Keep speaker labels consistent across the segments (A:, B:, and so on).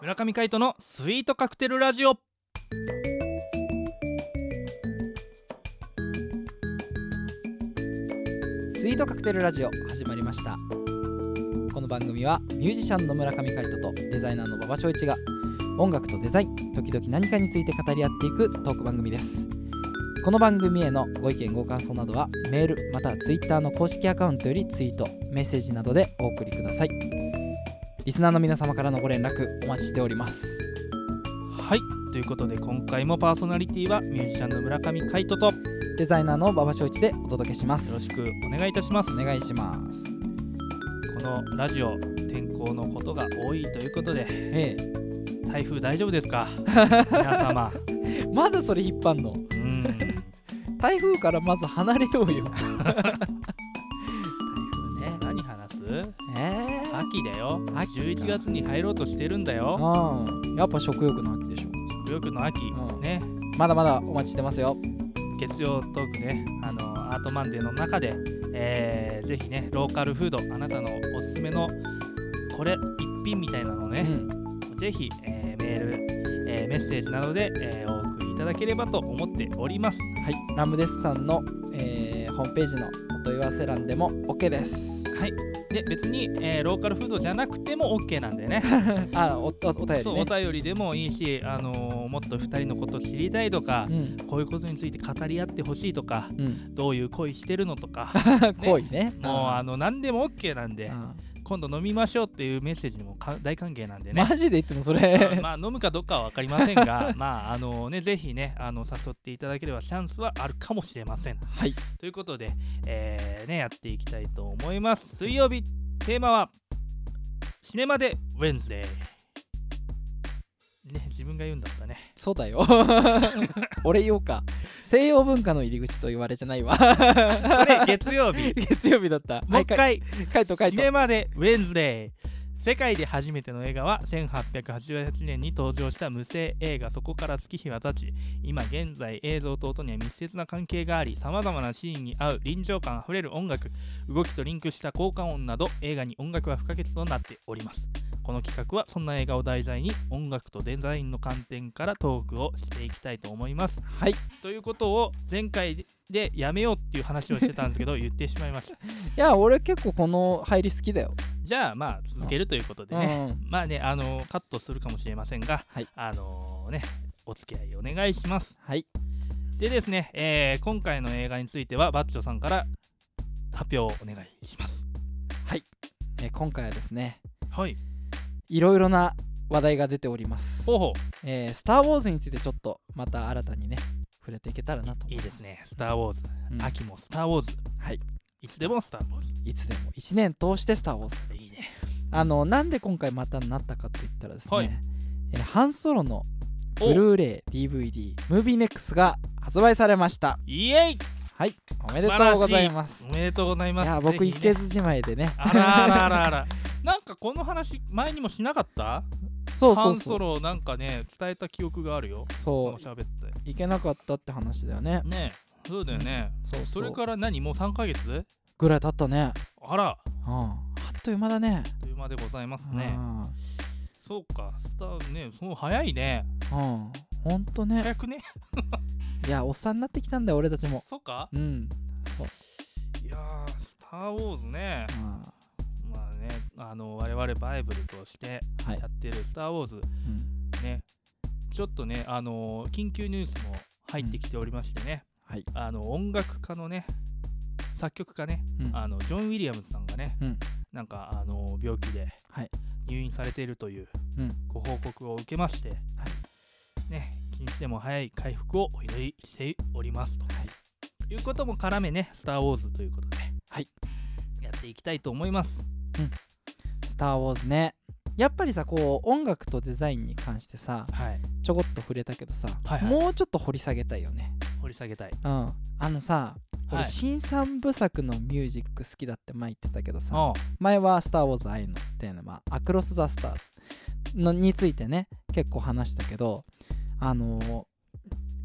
A: 村上海人のスイートカクテルラジオ
B: スイートカクテルラジオ始まりましたこの番組はミュージシャンの村上海人とデザイナーの馬場翔一が音楽とデザイン時々何かについて語り合っていくトーク番組ですこの番組へのご意見ご感想などはメールまたはツイッターの公式アカウントよりツイートメッセージなどでお送りくださいリスナーの皆様からのご連絡お待ちしております
A: はいということで今回もパーソナリティはミュージシャンの村上海人とよ
B: デザイナーの馬場翔一でお届けします
A: ろしくお願いいたします
B: お願いします
A: このラジオ天候のことが多いということで
B: え
A: 台風大丈夫です か皆様
B: えまだそれ引っ張んの
A: うん台風ね
B: 台風からまず離れようよね
A: 何話す
B: ええ
A: 秋だよ
B: 秋か
A: 11月に入ろうとしてるんだよ
B: うんやっぱ食欲の秋でしょ
A: 食欲の秋
B: うん
A: ね
B: まだまだお待ちしてますよ
A: 月曜トークねあのアートマンデーの中で、えーぜひねローカルフードあなたのおすすめのこれ一品みたいなの
B: う
A: ね、
B: ん
A: ぜひ、えーメール、えーメッセージなどで、えーお送りいただければと思っております
B: はいラムデスさんの、えーホームページのお問い合わせ欄でも OK です
A: はいで別に、えーローカルフードじゃなくても OK なんでね
B: あおおお便りね
A: そうお便りでもいいし、あのーもっと2人のこと知りたいとか、
B: うん
A: こういうことについて語り合ってほしいとか
B: うん、
A: どういう恋してるのと か
B: 恋ね
A: もうあ
B: ん
A: の何でも OK なんで
B: うん
A: 今度飲みましょうっていうメッセージにもか大歓迎なんでね。
B: マジで言ってんのそ
A: あ
B: れ
A: まあ飲むかどうかは分かりません がまああのねぜひねあの誘っていただければチャンスはあるかもしれません
B: はい
A: ということで、えーねやっていきたいと思います水曜日テーマはシネマでウェンズデーね自分が言うんだったね
B: そうだよ 俺言おうか西洋文化の入り口と言われじゃないわ
A: それ月曜 日
B: 月曜日だった
A: もう一
B: は
A: 回
B: いカイトカイ
A: シ
B: ト
A: ネマでウェンズデー世界で初めての映画は1888年に登場した無声映画「そこから月日は経ち」今現在映像と音には密接な関係がありさまざまなシーンに合う臨場感あふれる音楽動きとリンクした効果音など映画に音楽は不可欠となっておりますこの企画はそんな映画を題材に音楽とデザインの観点からトークをしていきたいと思います
B: はいい
A: ということを前回でやめようっていう話をしてたんですけど言ってしまいました
B: や俺結構この入り好きだよ
A: じゃあまあ続けるということでね、まあねあのカットするかもしれませんが、
B: はい
A: あのねお付き合いお願いします
B: はい
A: でですね、えー今回の映画についてはバッチョさんから発表をお願いします
B: えー今回はですね
A: はい
B: いろいろな話題が出ております
A: ほうほ
B: えースター・ウォーズ」についてちょっとまた新たにね触れていけたらなと
A: う
B: 思
A: い
B: い
A: い
B: ます
A: です、ね「スター・ウォーズ」
B: うん
A: 秋も「スター・ウォーズ」
B: はい
A: いつでも「スター・ウォーズ
B: いつでも1年通して「スター・ウォーズ」」
A: いいね
B: あのなんで今回またなったかといったらですね、
A: はい
B: えーハンソロの
A: お
B: ブルーレイ DVD ムービーネックスが発売されました
A: イエイ
B: はいおめでとうございます
A: おめでとうござい
B: い
A: ますぜ
B: や
A: ひ
B: 僕
A: ね
B: いけずじまいでね
A: あらあらあらあら なんかこの話前にもしなかった
B: そう
A: ハ
B: そう
A: ンソ
B: そう
A: ロなんかね伝えた記憶があるよもう
B: そ
A: 喋って
B: ういけなかったって話だよね
A: ねえそうだよね、
B: そう
A: そ
B: そ
A: れ
B: う
A: から何もう3ヶ月
B: ぐらい経ったね
A: あらあ
B: うんあっという間だね
A: っという間でございますね
B: うん
A: そうかスターねそう早いね
B: うんほんとね
A: 早くね
B: いやおっさんになってきたんだよ俺たちも
A: そうか
B: うんそう
A: いやースター・ウォーズね
B: あ
A: まあねあの我々バイブルとして
B: ーはい
A: や、ってるスター・ウォーズ
B: うん、
A: ねちょっとねあの緊急ニュースも入ってきておりましてね、
B: はい
A: あの音楽家のね作曲家ね
B: うん
A: あのジョン・ウィリアムズさんがね、
B: うん
A: なんかあの病気で
B: はい
A: 入院されているという
B: うん
A: ご報告を受けまして、ね、気にしても早い回復をお祈りしておりますと、い、うことも絡めね「スター・ウォーズ」ということで、
B: はい
A: やっていきたいと思います。
B: スター・ウォーズねやっぱりさこう音楽とデザインに関してさ
A: はい、
B: ちょこっと触れたけどさ、
A: はいはい
B: もうちょっと掘り下げたいよね
A: 掘り下げたい。
B: うんあのさ
A: は
B: 俺
A: い
B: 新三部作のミュージック好きだって前言ってたけどさ、
A: おう
B: 前は「スター・ウォーズ愛のテーマ」アクロス・ザ・スターズのについてね結構話したけどあのー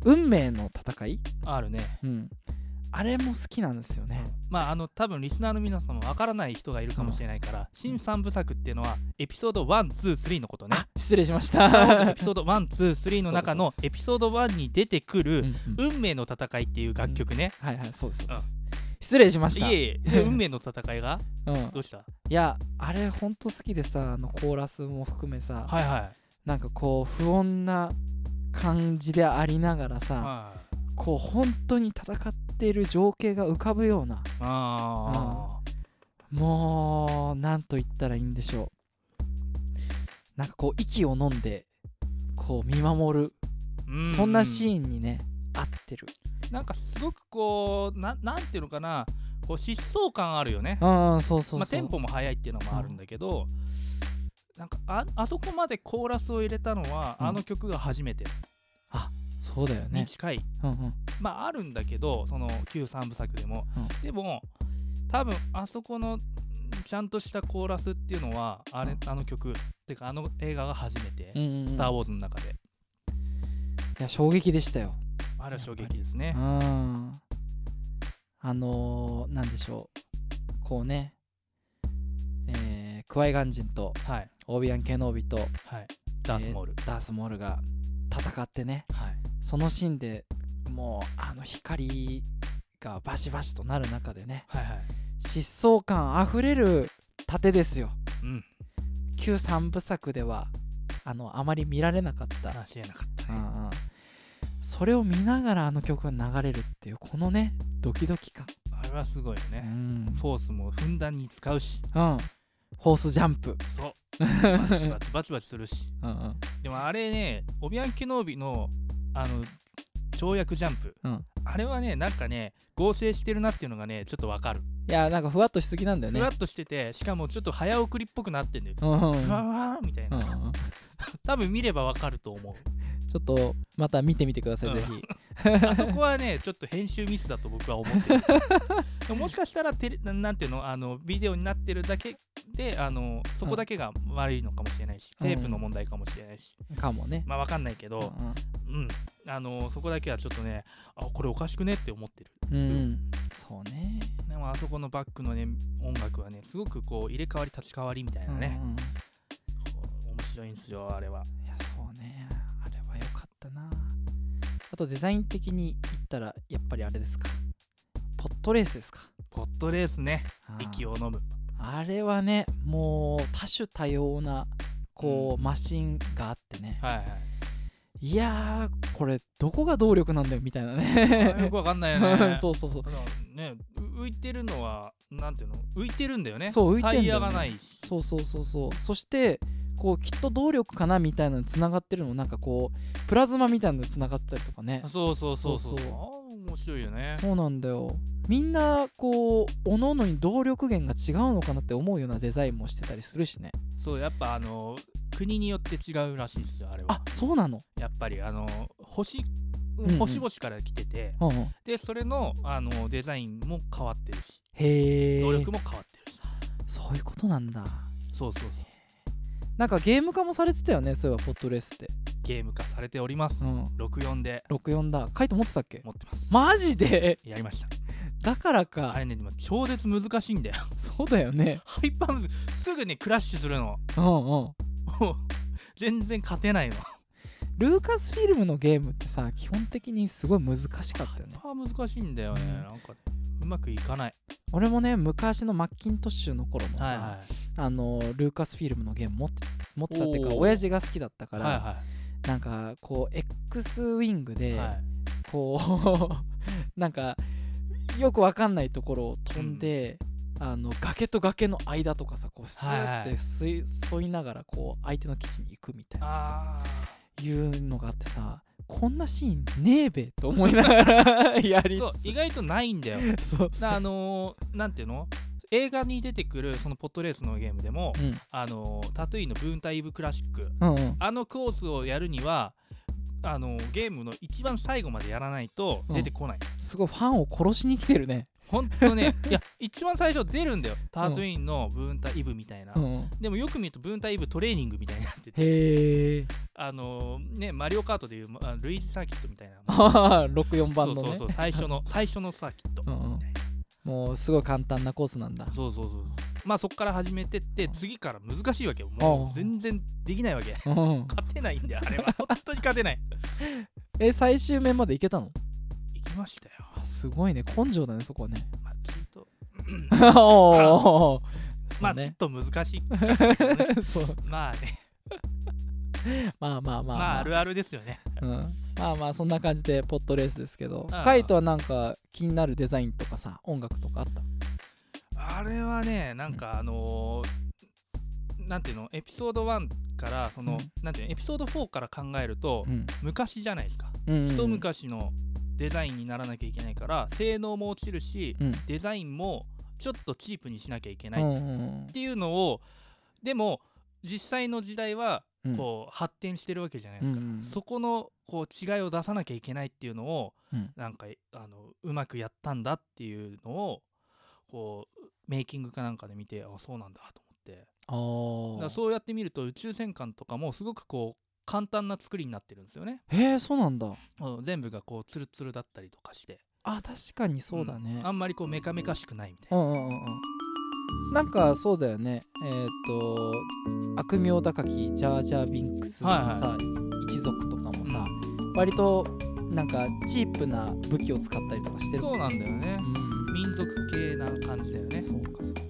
B: 運命の戦い
A: あるね。
B: うん、あれも好きなんですよね、
A: まああの多分リスナーの皆さんもわからない人がいるかもしれないから、新三部作っていうのはエピソード123のことね
B: あ失礼しまし
A: スター・ウォーズ
B: た
A: エピソード123の中の
B: そうそうそう
A: エピソード1に出てく
B: うんう
A: る
B: ん
A: 「運命の戦い」っていう楽曲ね、
B: はいはいそうですそうです
A: うん
B: 失礼しまし
A: い
B: た
A: えいえで運命の戦いが
B: うん、
A: どうした
B: いやあれほんと好きでさあのコーラスも含めさ、
A: はいはい
B: なんかこう不穏な感じでありながらさ、
A: はい
B: こう本当に戦っている情景が浮かぶような
A: あ
B: もうなんと言ったらいいんでしょうなんかこう息を飲んでこう見守る、
A: ー
B: そんなシ
A: ン
B: ーンにね合ってる
A: なんかすごくこうななんていうのかなこう疾走感あるよね
B: うんそうそうそう、
A: まあ、テンポも速いっていうのもあるんだけど、なんかああそこまでコーラスを入れたのは、
B: うん
A: あの曲が初めて
B: そうだよ
A: に
B: ね、
A: 近い、
B: うんうん、
A: まああるんだけどその旧三部作でも、
B: うん
A: でも多分あそこのちゃんとしたコーラスっていうのはあれ、
B: うん
A: あの曲っていうかあの映画が初めて、
B: うんうんうん
A: スター・ウォーズ」の中で
B: いや衝撃でしたよ
A: あれは衝撃ですね
B: う。んあのー、なんでしょうこうねえークワイガン人と
A: はい
B: オービアン・ケノービと
A: はいダース・モール、
B: ダースモールが戦ってね
A: はい
B: そのシーンでもうあの光がバシバシとなる中でね
A: はいはい
B: 疾走感あふれる盾ですよ
A: うん
B: 旧三部作ではあのあまり見られなかった、
A: 話しえなかった
B: う
A: ね、
B: んうんそれを見ながらあの曲が流れるっていうこのねドキドキ感、
A: あれはすごいよ
B: う
A: ね、
B: ん
A: フォースもふんだんに使うし
B: うん、ホースジャンプ、
A: そうバチバチバチバチするし
B: うんうん、
A: でもあれねオビアン・ケノービのあの跳躍ジャンプ、
B: うん
A: あれはねなんかね合成してるなっていうのがねちょっとわかる、
B: いやなんかふわっとしすぎなんだよね
A: ふわっとしててしかもちょっと早送りっぽくなってんだよ、
B: うんうんうん
A: ふわわーみたいな、
B: うんうん
A: 多分見ればわかると 思う
B: ちょっとまた見てみてください、
A: うん
B: ぜひ
A: あそこはねちょっと編集ミスだと僕は思って るでももしかしたらテレななんていうのあのビデオになってるだけであのそこだけが悪いのかもしれないし、
B: うん
A: テープの問題かもしれないし
B: かもね、
A: まあわかんないけど、
B: う
A: う
B: ん
A: ん、あのそこだけはちょっとねあこれおかしくねって思ってる
B: うんうん、そうね
A: でもあそこのバックのね音楽はねすごくこう入れ替わり立ち替わりみたいなね
B: う、んうん
A: こう面白いんですよあれはい
B: やそうねあれは良かったなあとデザイン的に言ったらやっぱりあれですかポットレースですか
A: ポットレースね
B: あー
A: 息を飲む
B: あれはねもう多種多様なこう、マシンがあってね
A: はい
B: やーこれどこが動力なんだよみたいない
A: はいあよ
B: ね
A: くわかんないよね
B: そうそうそう
A: あのねう浮いてるのはなんていうの浮いてるんだよね
B: そう浮いてんだよね
A: タイヤがないし
B: そうそうそうそうそしてこうきっと動力かなみたいなのつながってるのなんかこうプラズマみたいなのつながってたりとかね
A: そうそうそうそう
B: そう
A: あ
B: そう
A: ー面白いよね
B: そうなんだよみんなこうおののに動力源が違うのかなって思うようなデザインもしてたりするしね
A: そうやっぱあの国によって違うらしいんですよあれは
B: あそうなの
A: やっぱりあの星
B: んうん
A: 星々から来てて、
B: うんうんへ
A: でそれのあのデザインも変わってるし
B: え
A: 能力も変わってるし、
B: そういうことなんだ
A: そうそうそう
B: なんかゲーム化もされてたよねそういえばポットレースって
A: ゲーム化されております、
B: うん
A: 64で
B: 64だカイト持ってたっけ
A: 持ってます、
B: マジで
A: やりました
B: だから
A: あ
B: か
A: れねでも超絶難しいんだよ
B: そうだよね
A: ハイパーすぐねクラッシュするの
B: うんうん
A: もう全然勝てないの
B: ルーカスフィルムのゲームってさ基本的にすごい難しかったよね
A: ハイパー難しいんだよね、
B: うん
A: なんかうまくいかない
B: 俺もね昔のマッキントッシュの頃のさ、
A: はいはい
B: あのルーカスフィルムのゲーム持って持ってたっていうか
A: おー
B: 親父が好きだったから、
A: はいは
B: なんかこう X ウィング
A: い
B: で
A: はい
B: こう、 なんかよくわかんないところを飛んで、あの崖と崖の間とかさこうスーっ
A: はいは
B: てすい沿いながらこう相手の基地に行くみたいな
A: あ
B: いうのがあってさこんなシーンねえべと思いながら や
A: ー
B: り
A: そう
B: つ
A: 意外とないんだよ だか
B: つそうそう
A: らあのーなんていうの映画に出てくるそのポットレースのゲームでも、
B: うん
A: あのータトゥイのブーンタイブクラシック
B: うんうん
A: あのコースをやるにはあのゲームの一番最後までやらないと出てこない、
B: すごいファンを殺しに来てるね
A: ほんとねいや一番最初出るんだよタートゥインのブーンタイブみたいな、
B: うんうん
A: でもよく見ると文体部トレーニングみたいになってて
B: へえ
A: あのねマリオカートでいうまあ類似サーキットみたいな
B: 64
A: そ
B: 番
A: う
B: の
A: そう
B: ね
A: そう最初の最初のサーキット
B: うんうんもうすごい簡単なコースなんだ
A: そうそうそうまあそこから始めてって次から難しいわけよも
B: あ
A: う
B: あ
A: 全然できないわけ
B: うん
A: 勝てないんだよあれは本当に勝てない
B: え最終面まで行けたの
A: 行きましたよ、
B: あすごいね根性だねそこはね
A: まあ、ちょっと
B: おお
A: まあちょっ
B: ね
A: と難しいかったけどね
B: そう
A: まあね
B: まあまあまあ
A: まああるあるですよね
B: うん、まあまあそんな感じでポットレースですけど
A: ああ
B: カイトはなんか気になるデザインとかさ音楽とかあった
A: あれはねなんかあのーなんていうのエピソード1からその、
B: うん
A: なんていうのエピソード4から考えると、
B: うん
A: 昔じゃないですか、
B: うん
A: 一昔のデザインにならなきゃいけないから性能も落ちるし
B: うん
A: デザインもちょっとチープにしなきゃいけな
B: う
A: いっ
B: んうん
A: ていうのをでも実際の時代は
B: うん
A: こう発展してるわけじゃないですか、
B: うんうん
A: そこのこう違いを出さなきゃいけないっていうのを
B: うん
A: なんかあのうまくやったんだっていうのをこうメイキングかなんかで見てあそうなんだと思って
B: あ
A: だ
B: ー
A: からそうやって見ると宇宙戦艦とかもすごくこう簡単な作りになってるんですよね、
B: へえそうなんだ
A: うん全部がこうツルツルだったりとかして
B: あ確かにそうだね
A: んあんまりこうメカメカしくないみたいな
B: う、んうんうんうんなんかそうだよねえーっ、と悪名高きジャージャー・ビンクスの
A: はいはい
B: さ、一族とかもさ、割となんかチープな武器を使ったりとかしてる
A: そうなんだよね
B: う、ん
A: 民族系な感じだよね
B: そうかそうか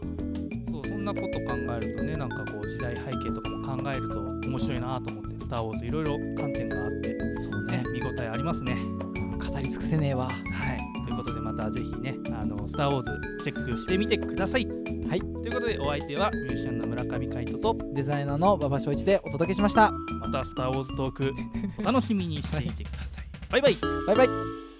A: そうそんなこと考えるとねなんかこう時代背景とかも考えると面白いなと思って「スター・ウォーズ」いろいろ観点があって、
B: そうね
A: ね、見応えありますね。
B: 語り尽くせねえわ
A: はい、ということでまたぜひね「あのスター・ウォーズ」チェックしてみてください。
B: はい
A: ということでお相手はミュージシャンの村上海人と
B: デザイナーの馬場翔一でお届けしました
A: また「スター・ウォーズ」トークお楽しみにしていてください。バイバイ
B: バイバイ